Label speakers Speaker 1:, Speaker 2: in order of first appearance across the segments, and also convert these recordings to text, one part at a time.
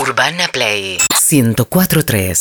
Speaker 1: Urbana Play 1043.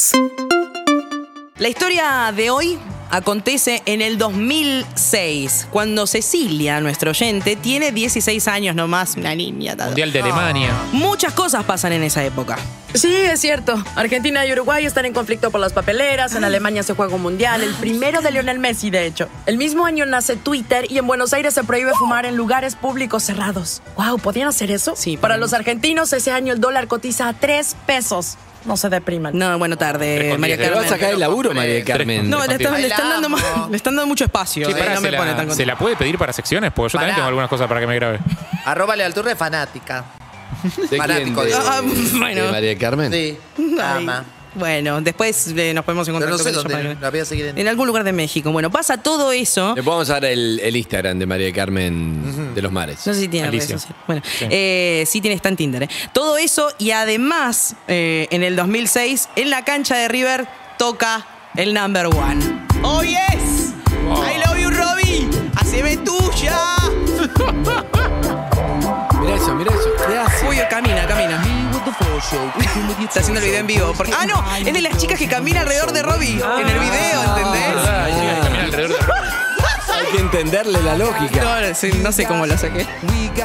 Speaker 2: La historia de hoy acontece en el 2006, cuando Cecilia, nuestro oyente, tiene 16 años nomás, una niña. tal.
Speaker 3: Mundial de Alemania.
Speaker 2: Ah. Muchas cosas pasan en esa época.
Speaker 4: Sí, es cierto. Argentina y Uruguay están en conflicto por las papeleras. En Alemania se juega un mundial, el primero de Lionel Messi, de hecho. El mismo año nace Twitter y en Buenos Aires se prohíbe fumar en lugares públicos cerrados. Wow, ¿podían hacer eso?
Speaker 2: Sí,
Speaker 4: Para
Speaker 2: podían.
Speaker 4: los argentinos ese año el dólar cotiza a tres pesos. No se depriman.
Speaker 2: No, bueno, tarde,
Speaker 3: con
Speaker 2: María
Speaker 3: diez.
Speaker 5: Te
Speaker 3: Pero
Speaker 5: va a
Speaker 2: Carmen.
Speaker 5: sacar el laburo, María del Carmen.
Speaker 2: No, le están, le están dando,
Speaker 4: Bailamos.
Speaker 2: más- le están dando mucho espacio.
Speaker 3: Che,
Speaker 2: eh,
Speaker 3: pará,
Speaker 2: no
Speaker 3: se,
Speaker 2: me pone
Speaker 3: la,
Speaker 2: tan
Speaker 3: se la puede pedir para secciones? Porque yo también
Speaker 6: Pará.
Speaker 3: tengo algunas cosas para que me grabe.
Speaker 6: Arróbale al tour de fanática.
Speaker 5: ¿De
Speaker 6: Fanático
Speaker 5: quién?
Speaker 6: de-
Speaker 2: Ah, bueno.
Speaker 5: de María del Carmen.
Speaker 6: Sí.
Speaker 2: Ay,
Speaker 6: Ama.
Speaker 2: Bueno, después eh, nos podemos
Speaker 6: Ah, Pero
Speaker 2: encontrar
Speaker 6: no sé dónde. La voy a seguir en.
Speaker 2: en algún lugar de México. Bueno, pasa todo eso.
Speaker 5: Le podemos dar el, el Instagram de María del Carmen de los Mares.
Speaker 2: No sé si tiene redes
Speaker 3: Alicia.
Speaker 2: sociales. Bueno, eh, sí tiene, está en Tinder. eh. Todo eso y además, eh, en el 2006, en la cancha de River, toca el number one. ¡Oh, yes! ¡I love you, Robbie! ¡Haceme tuya!
Speaker 5: Mirá eso, mirá eso. ¿Qué hace?
Speaker 2: Uy, camina, camina. Está haciendo el video en vivo. porque- ah, no, es de las chicas que camina alrededor de Robbie en el video, ¿entendés?
Speaker 5: Ah.
Speaker 3: Hay que caminar alrededor de-
Speaker 5: Hay que entenderle la lógica.
Speaker 2: No, no, sí, no sé cómo lo saqué.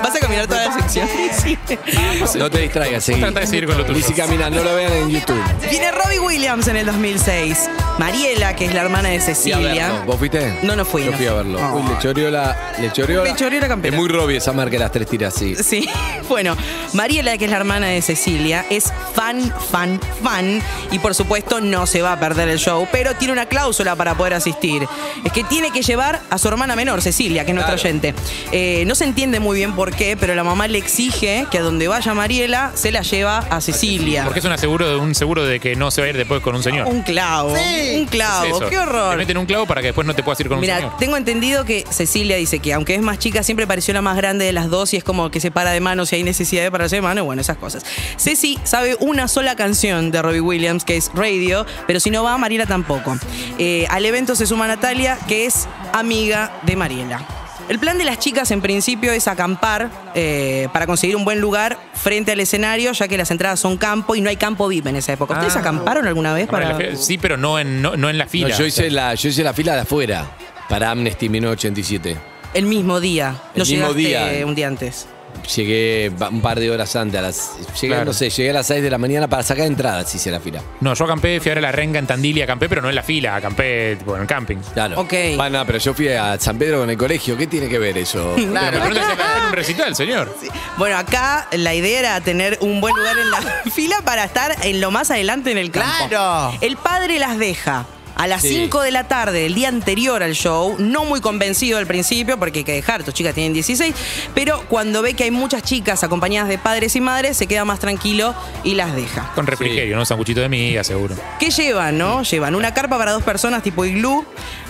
Speaker 2: Vas a caminar toda la sección. Sí.
Speaker 5: No te distraigas, seguí.
Speaker 3: Trata de seguir con lo tuyo.
Speaker 5: Ni si caminas, no lo vean en YouTube.
Speaker 2: Viene Robbie Williams en el 2006. Mariela, que es la hermana de
Speaker 5: Fui a
Speaker 2: Cecilia.
Speaker 5: verlo. ¿Vos fuiste?
Speaker 2: No, no fui,
Speaker 5: Yo
Speaker 2: no
Speaker 5: fui a
Speaker 2: fui.
Speaker 5: verlo. Uy, le choreó la. Le choreó
Speaker 2: Le choreó la campera.
Speaker 5: Es muy Robbie esa marca, las tres tiras, sí.
Speaker 2: Sí, bueno, Mariela, que es la hermana de Cecilia, es fan, fan, fan y por supuesto no se va a perder el show, pero tiene una cláusula para poder asistir. Es que tiene que llevar a su hermana menor, Cecilia, que es nuestra oyente. Eh, no se entiende muy bien por qué, pero la mamá le exige que a donde vaya Mariela se la lleva a Cecilia.
Speaker 3: Porque es un aseguro de un seguro de que no se va a ir después con un señor.
Speaker 2: Un clavo, un
Speaker 3: Es
Speaker 2: clavo,
Speaker 3: eso.
Speaker 2: qué
Speaker 3: Te
Speaker 2: horror.
Speaker 3: meten un clavo para que después no te puedas ir con un
Speaker 2: Mira,
Speaker 3: señor.
Speaker 2: tengo entendido que Cecilia dice que aunque es más chica, siempre pareció la más grande de las dos y es como que se para de mano si hay necesidad de pararse de mano, bueno, esas cosas. Ceci sabe una sola canción de Robbie Williams, que es Radio, pero si no va, Mariela tampoco. Eh, al evento se suma Natalia, que es amiga de Mariela. El plan de las chicas en principio es acampar eh, para conseguir un buen lugar frente al escenario, ya que las entradas son campo y no hay campo VIP en esa época. ¿Ustedes
Speaker 3: Ah.
Speaker 2: acamparon alguna vez
Speaker 3: Cámara
Speaker 2: para...?
Speaker 3: en la fe- Sí, pero no en, no, no en la
Speaker 5: No,
Speaker 3: fila.
Speaker 5: yo, hice la, yo hice la fila de afuera para Amnesty 1987.
Speaker 2: El mismo día.
Speaker 5: El
Speaker 2: no
Speaker 5: mismo
Speaker 2: llegaste
Speaker 5: día.
Speaker 2: un día antes.
Speaker 5: Llegué ba- un par de horas antes, a las, llegué,
Speaker 3: Claro.
Speaker 5: no sé, llegué a las 6 de la mañana para sacar entradas, hice la fila.
Speaker 3: No, yo acampé, fui a ver la renga en Tandil y acampé, pero no en la fila, acampé tipo, en el camping.
Speaker 5: Claro.
Speaker 2: Ok.
Speaker 5: Ah, no, pero yo fui a San Pedro con el colegio. ¿Qué tiene que ver eso?
Speaker 3: Pero no te vas a acampar en un recital, señor.
Speaker 2: Bueno, acá la idea era tener un buen lugar en la fila para estar en lo más adelante en el campo.
Speaker 6: ¡Claro!
Speaker 2: El padre las deja. A las
Speaker 5: Sí.
Speaker 2: 5 de la tarde del día anterior al show, no muy convencido al principio, porque hay que dejar, tus chicas tienen 16, pero cuando ve que hay muchas chicas acompañadas de padres y madres, se queda más tranquilo y las deja.
Speaker 3: Con refrigerio, ¿no? Sanguchito de miga, seguro.
Speaker 2: ¿Qué llevan, no? Llevan una carpa para dos personas tipo iglú,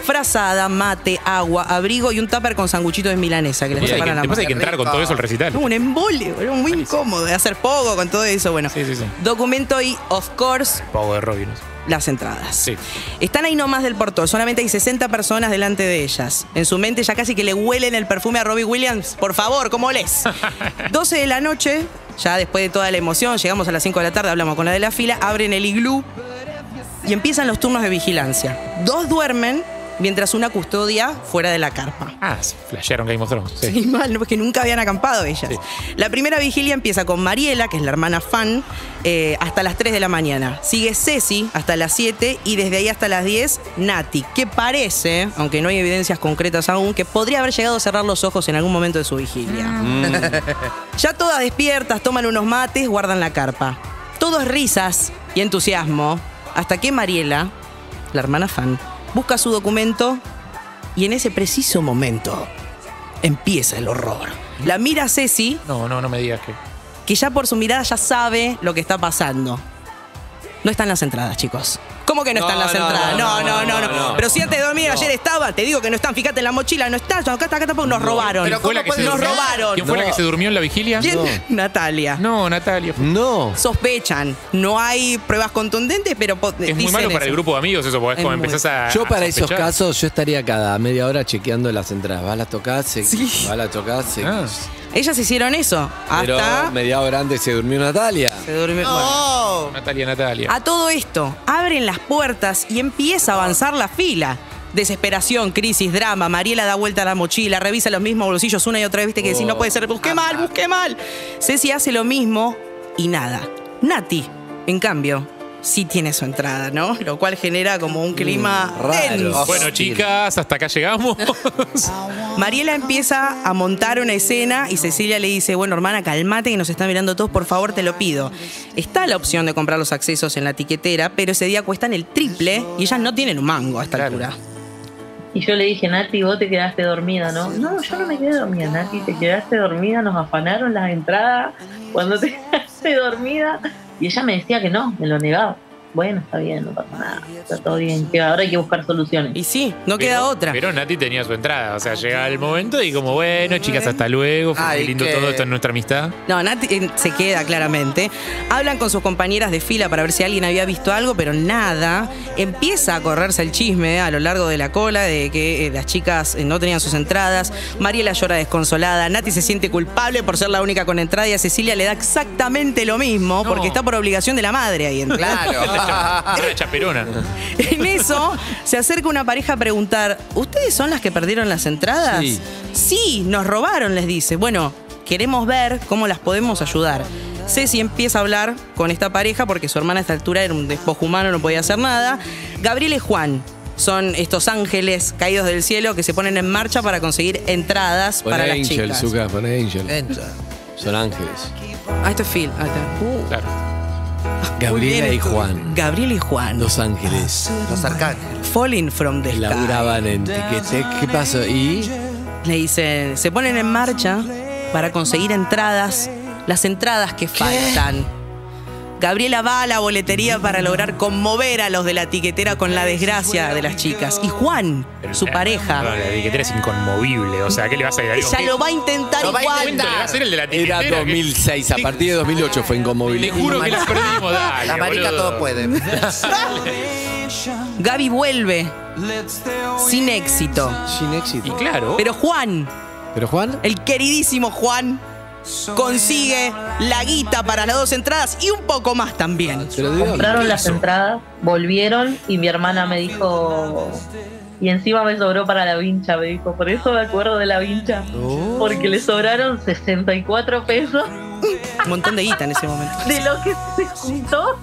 Speaker 2: frazada, mate, agua, abrigo y un tupper con sanguchitos de milanesa que les
Speaker 3: Después hay que,
Speaker 2: preparan la
Speaker 3: después hay que
Speaker 6: Qué
Speaker 3: entrar con todo eso al recital.
Speaker 2: no, un embole, boludo, muy incómodo de hacer poco con todo eso. Bueno,
Speaker 3: Sí, sí, sí.
Speaker 2: documento y, of course,
Speaker 3: Poco de Robin. eso.
Speaker 2: las entradas.
Speaker 3: Sí.
Speaker 2: Están ahí nomás del portón, solamente hay 60 personas delante de ellas. En su mente ya casi que le huelen el perfume a Robbie Williams. Por favor, ¿cómo les? 12 de la noche, ya después de toda la emoción, llegamos a las 5 de la tarde, hablamos con la de la fila, abren el iglú y empiezan los turnos de vigilancia. Dos duermen mientras una custodia fuera de la carpa.
Speaker 3: Ah, sí, flashearon Game of Thrones. Sí.
Speaker 2: Sí, mal, ¿no? porque nunca habían acampado ellas. La primera vigilia empieza con Mariela, que es la hermana fan, eh, hasta las 3 de la mañana. Sigue Ceci hasta las 7 y desde ahí hasta las 10, Nati, que parece, aunque no hay evidencias concretas aún, que podría haber llegado a cerrar los ojos en algún momento de su vigilia. Ya todas despiertas, toman unos mates, guardan la carpa. Todo es risas y entusiasmo, hasta que Mariela, la hermana fan, busca su documento y en ese preciso momento empieza el horror. La mira Ceci,
Speaker 3: No, no, no me digas que.
Speaker 2: que ya por su mirada ya sabe lo que está pasando. No están las entradas, chicos. ¿Cómo que no, están
Speaker 5: No,
Speaker 2: las
Speaker 5: no,
Speaker 2: entradas? No, no, no, no.
Speaker 5: no.
Speaker 2: Pero si antes de dormir ayer estaba, te digo que no están, fíjate en la mochila, no está, acá está, acá está, porque nos robaron.
Speaker 6: Pero
Speaker 3: ¿Fue la
Speaker 6: ¿cómo
Speaker 3: que se
Speaker 6: puede
Speaker 2: nos
Speaker 6: ser?
Speaker 2: robaron.
Speaker 3: ¿Quién fue la
Speaker 5: No.
Speaker 3: que se durmió en la vigilia?
Speaker 2: ¿Quién? Natalia.
Speaker 3: No, Natalia. fue-
Speaker 5: No.
Speaker 2: Sospechan. No hay pruebas contundentes, pero po-
Speaker 3: Es muy
Speaker 2: dicen
Speaker 3: malo para
Speaker 2: eso.
Speaker 3: el grupo de amigos eso, porque
Speaker 2: Es
Speaker 3: es como
Speaker 2: muy-
Speaker 3: empezás a.
Speaker 5: Yo para
Speaker 3: a
Speaker 5: esos
Speaker 3: sospechar.
Speaker 5: casos, yo estaría cada media hora chequeando las entradas. Vas, las tocás, se,
Speaker 2: Sí.
Speaker 5: vas, las tocás, se-
Speaker 3: Ah.
Speaker 2: Ellas hicieron eso.
Speaker 5: Pero
Speaker 2: Hasta
Speaker 5: media hora antes se durmió Natalia.
Speaker 2: se durmió. bueno.
Speaker 6: ¡Oh!
Speaker 3: Natalia, Natalia.
Speaker 2: A todo esto, abren las puertas y empieza a avanzar la fila. Desesperación, crisis, drama. Mariela da vuelta a la mochila, revisa los mismos bolsillos una y otra vez, viste que decís, no puede ser,
Speaker 5: Oh,
Speaker 2: busqué mal, busqué mal. Ceci hace lo mismo y nada. Nati, en cambio, sí tiene su entrada, ¿no? Lo cual genera como un clima
Speaker 5: Mm, raro.
Speaker 2: tenso.
Speaker 3: Bueno, chicas, hasta acá llegamos.
Speaker 2: Mariela empieza a montar una escena y Cecilia le dice, bueno, hermana, calmate que nos están mirando todos, por favor, te lo pido. Está la opción de comprar los accesos en la tiquetera, pero ese día cuestan el triple y ellas no tienen un mango a esta
Speaker 3: Claro.
Speaker 2: altura.
Speaker 7: Y yo le dije, Nati, vos te quedaste dormida, ¿no? No, yo no me quedé dormida, Nati, te quedaste dormida, nos afanaron las entradas cuando te quedaste dormida. Y ella me decía que no, me lo negaba. Bueno, está bien, no pasa nada, está todo bien, que ahora hay que buscar
Speaker 2: Y
Speaker 7: soluciones.
Speaker 2: sí, no queda
Speaker 3: Pero-
Speaker 2: otra.
Speaker 3: Pero Nati tenía su entrada. O sea, llegaba el momento y como, bueno, chicas, hasta luego. Fue
Speaker 6: Ay,
Speaker 3: muy lindo
Speaker 6: qué-
Speaker 3: todo esto en nuestra amistad.
Speaker 2: No, Nati eh, se queda claramente. Hablan con sus compañeras de fila para ver si alguien había visto algo, pero nada. Empieza a correrse el chisme a lo largo de la cola de que eh, las chicas eh, no tenían sus entradas. Mariela llora desconsolada. Nati se siente culpable por ser la única con entrada y a Cecilia le da exactamente lo mismo porque está por obligación de la madre ahí. ¿entendés?
Speaker 6: Claro.
Speaker 3: Era chaperona.
Speaker 2: En eso se acerca una pareja a preguntar, ¿ustedes son las que perdieron las entradas?
Speaker 5: Sí.
Speaker 2: "Sí, nos robaron, les dice. Bueno, queremos ver cómo las podemos ayudar. Ceci empieza a hablar con esta pareja porque su hermana a esta altura era un despojo humano, no podía hacer nada. Gabriel y Juan son estos ángeles caídos del cielo que se ponen en marcha para conseguir entradas
Speaker 5: Pon
Speaker 2: para las
Speaker 5: Angel,
Speaker 2: chicas.
Speaker 5: Zucca, pon Angel.
Speaker 6: Entra.
Speaker 5: Son ángeles.
Speaker 2: Ah, esto es Phil. Ah, está. Uh,
Speaker 3: Claro.
Speaker 2: muy bien
Speaker 5: Gabriela y
Speaker 2: esto. Ah.
Speaker 5: Juan.
Speaker 2: Gabriel y Juan.
Speaker 5: Los ángeles.
Speaker 6: Los arcángeles.
Speaker 2: Falling from the sky.
Speaker 5: Laburaban en Tiquetec. ¿Qué pasó? Y
Speaker 2: Le dicen, se ponen en marcha para conseguir entradas, las entradas que faltan. Gabriela va a la boletería para lograr conmover a los de la tiquetera con la desgracia de las chicas. Y Juan, su
Speaker 3: No,
Speaker 2: pareja,
Speaker 3: la etiquetera es inconmovible. O sea, ¿qué le vas a ir a
Speaker 2: ella lo va a intentar
Speaker 6: Lo va a
Speaker 2: igual.
Speaker 6: intentar.
Speaker 3: va a hacer el de la etiquetera?
Speaker 5: era
Speaker 3: que-
Speaker 5: 2006. A
Speaker 3: Sí,
Speaker 5: partir de 2008 fue
Speaker 3: Te
Speaker 5: inconmovible.
Speaker 3: juro que las perdimos, dale.
Speaker 6: La marica
Speaker 3: boludo.
Speaker 6: todo puede.
Speaker 2: Gaby vuelve sin éxito.
Speaker 5: Sin
Speaker 3: Y
Speaker 5: éxito.
Speaker 3: claro.
Speaker 2: Pero Juan,
Speaker 5: Pero Juan,
Speaker 2: el queridísimo Juan, consigue la guita para las dos entradas y un poco más también.
Speaker 5: te lo digo.
Speaker 7: Compraron las entradas, volvieron y mi hermana me dijo... Y encima me sobró para la vincha, me dijo. Por eso me acuerdo de la vincha. Porque le sobraron 64 pesos
Speaker 2: Un montón de guita en ese momento.
Speaker 7: de lo que se juntó.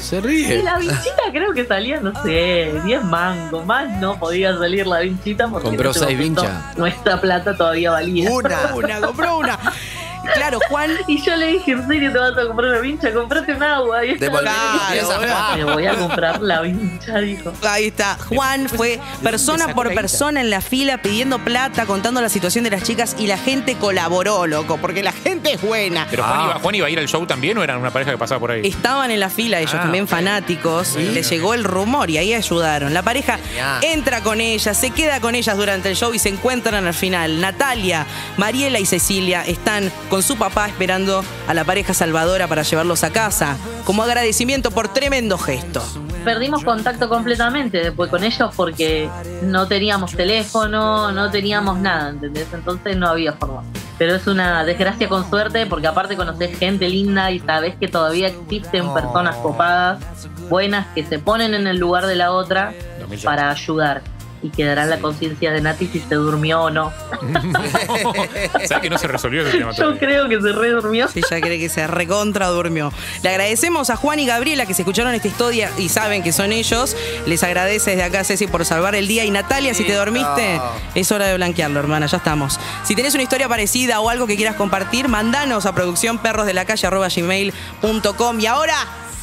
Speaker 5: Se
Speaker 7: Y
Speaker 5: ríe.
Speaker 7: la vinchita creo que salía, no sé, 10 mangos. Más no podía salir la vinchita porque
Speaker 5: Compró
Speaker 7: en ese
Speaker 5: seis
Speaker 7: momento
Speaker 5: vinchas.
Speaker 7: Nuestra plata todavía valía.
Speaker 6: Una.
Speaker 2: Una, compró una. Claro, Juan
Speaker 7: Y yo le dije, ¿en serio te vas a comprar una vincha? Comprate un agua. Y
Speaker 6: Devolver
Speaker 2: Claro,
Speaker 6: piezas.
Speaker 2: boludo.
Speaker 7: me voy a comprar la vincha, dijo.
Speaker 2: Ahí está. Juan fue persona
Speaker 3: sacó
Speaker 2: por
Speaker 3: la guita?
Speaker 2: persona en la fila pidiendo plata, contando la situación de las chicas y la gente colaboró, loco, porque la gente es buena.
Speaker 3: Pero Juan, iba, Juan iba a ir al show también o eran una pareja que pasaba por ahí.
Speaker 2: Estaban en la fila ellos
Speaker 3: Ah,
Speaker 2: también
Speaker 3: ok.
Speaker 2: fanáticos, y les llegó el rumor y ahí ayudaron. La pareja
Speaker 6: Genial.
Speaker 2: entra con ellas, se queda con ellas durante el show y se encuentran al final. Natalia, Mariela y Cecilia están con su papá esperando a la pareja salvadora para llevarlos a casa, como agradecimiento por tremendo gesto.
Speaker 7: Perdimos contacto completamente después con ellos porque no teníamos teléfono, no teníamos nada, ¿entendés? Entonces no había forma. Pero es una desgracia con suerte porque aparte conoces gente linda y sabes que todavía existen personas copadas, buenas, que se ponen en el lugar de la otra
Speaker 3: 2006.
Speaker 7: para ayudar. Y quedará la conciencia de Nati si se durmió o no.
Speaker 3: ¿Sabes que no se resolvió ese tema
Speaker 7: Yo
Speaker 3: todavía?
Speaker 7: creo que se re durmió.
Speaker 2: Sí, ya cree que se recontra durmió. Le agradecemos a Juan y Gabriela que se escucharon esta historia y saben que son ellos. Les agradece desde acá, Ceci, por salvar el día. Y Natalia, si te dormiste, es hora de blanquearlo, hermana. Ya estamos. Si tenés una historia parecida o algo que quieras compartir, mandanos a producción perros de la calle gmail.com. Y ahora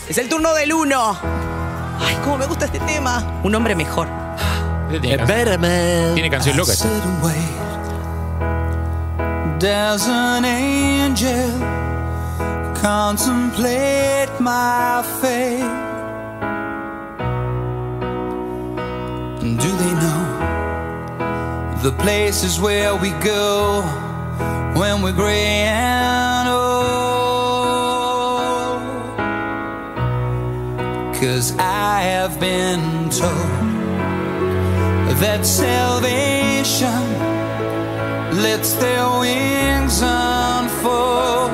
Speaker 2: es el turno del uno. Ay, cómo me gusta este tema. Un hombre mejor.
Speaker 3: Ese tiene canción- Tiene canción loca. este.
Speaker 8: Does an angel contemplate my fate? Do they know the places where we go when we're gray and old? Cause I have been told that salvation lets their wings unfold.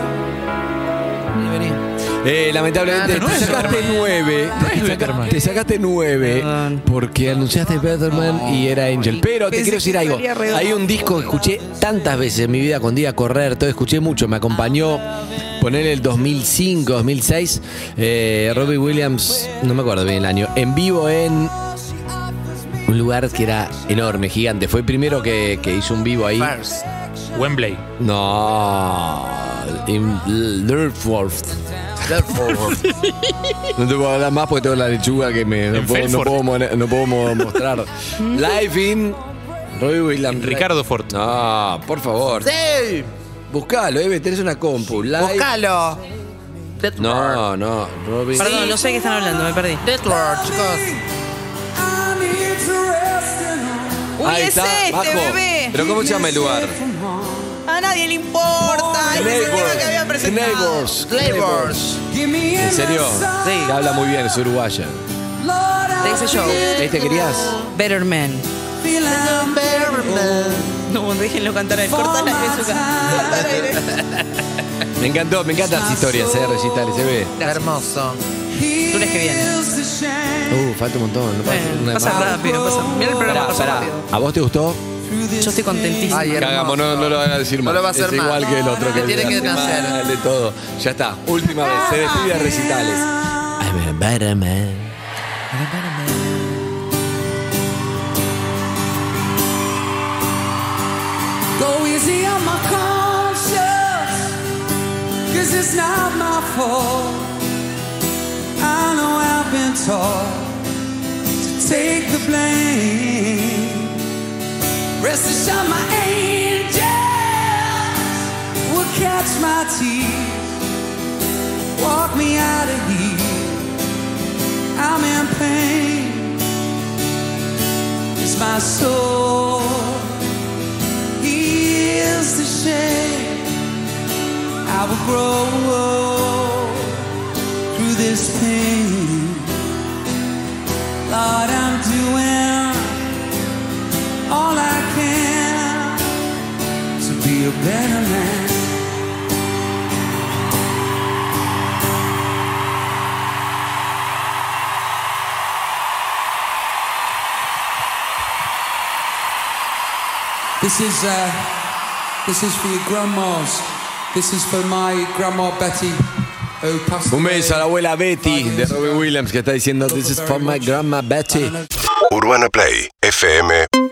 Speaker 8: beautiful.
Speaker 5: Eh, lamentablemente,
Speaker 9: Ah, no
Speaker 5: te
Speaker 9: es
Speaker 5: sacaste
Speaker 9: Betterman.
Speaker 5: nueve.
Speaker 9: No es
Speaker 5: Te saca-
Speaker 9: Betterman.
Speaker 5: Te sacaste nueve
Speaker 2: Perdón.
Speaker 5: porque anunciaste Betterman y era Angel. Pero te
Speaker 2: Pensé
Speaker 5: quiero decir
Speaker 2: que
Speaker 5: algo.
Speaker 2: salía redondo.
Speaker 5: Hay un disco que escuché tantas veces en mi vida con Día Correr, todo escuché mucho. Me acompañó poner el 2005, 2006. eh, Robbie Williams, no me acuerdo bien el año, en vivo en. Un lugar que era enorme, gigante. Fue el primero que, que hizo un vivo ahí.
Speaker 9: First.
Speaker 3: Wembley.
Speaker 5: No. In Lurfworth. No te puedo hablar más porque tengo la lechuga que me. No
Speaker 3: En
Speaker 5: puedo, no
Speaker 3: Felford.
Speaker 5: puedo, mon- no puedo mo- mostrar. Live in. Roy Williams.
Speaker 3: Ricardo Ford.
Speaker 5: No, por favor.
Speaker 9: Sí,
Speaker 5: Buscalo, Eve, tenés una compu. Live.
Speaker 9: buscalo.
Speaker 5: No, no, Robin.
Speaker 2: Perdón, no sé de qué están hablando, me perdí.
Speaker 9: Deathward, chicos.
Speaker 2: Uy,
Speaker 5: Ahí
Speaker 2: es
Speaker 5: está,
Speaker 2: este,
Speaker 5: bajo.
Speaker 2: bebé.
Speaker 5: Pero ¿cómo se llama el lugar?
Speaker 2: A nadie le importa. Es el tema que había
Speaker 5: Neighbors.
Speaker 2: presentado.
Speaker 5: Neighbors.
Speaker 9: Flavors.
Speaker 5: ¿En serio?
Speaker 2: Sí.
Speaker 5: Que habla muy bien, es uruguaya.
Speaker 2: De ese show.
Speaker 5: ¿Este querías?
Speaker 2: Better Man. No, déjenlo cantar a él. Cortala, Jesús. Cortala, Jesús.
Speaker 5: Me encantó, me encantan las historias, eh, recitales, se ve.
Speaker 9: Hermoso.
Speaker 2: Lunes que viene.
Speaker 5: Uh, falta un montón. No pasa,
Speaker 2: Bueno,
Speaker 5: una
Speaker 2: pasa
Speaker 5: más.
Speaker 2: rápido, pasa. Mira el programa,
Speaker 5: Pará,
Speaker 2: pasa
Speaker 5: pará.
Speaker 2: rápido.
Speaker 5: ¿A vos te gustó?
Speaker 2: Yo estoy contentísima.
Speaker 9: Ay, hermoso.
Speaker 5: Cagamos, no, no lo van a decir más.
Speaker 9: No lo va a hacer
Speaker 5: es
Speaker 9: más.
Speaker 5: igual que el otro que
Speaker 9: Que tiene que
Speaker 5: hace
Speaker 9: nacer.
Speaker 5: mal de todo. Ya está, última vez, se despide a recitales. I'm a better man.
Speaker 8: Go easy on my conscience, cause it's not my fault. I know I've been taught to take the blame. Rest assured, my angels will catch my teeth, walk me out of here. I'm in pain. It's my soul is the shame. I will grow through this pain. Lord, I'm doing all I can to be a better man. This is uh, this is for your grandmas. This is for my grandma Betty, who passed
Speaker 5: Un
Speaker 8: away
Speaker 5: beso a la abuela Betty
Speaker 8: five
Speaker 5: de
Speaker 8: years ago.
Speaker 5: Robin Williams que está diciendo This is for my grandma Betty.
Speaker 10: Urbana Play fm.com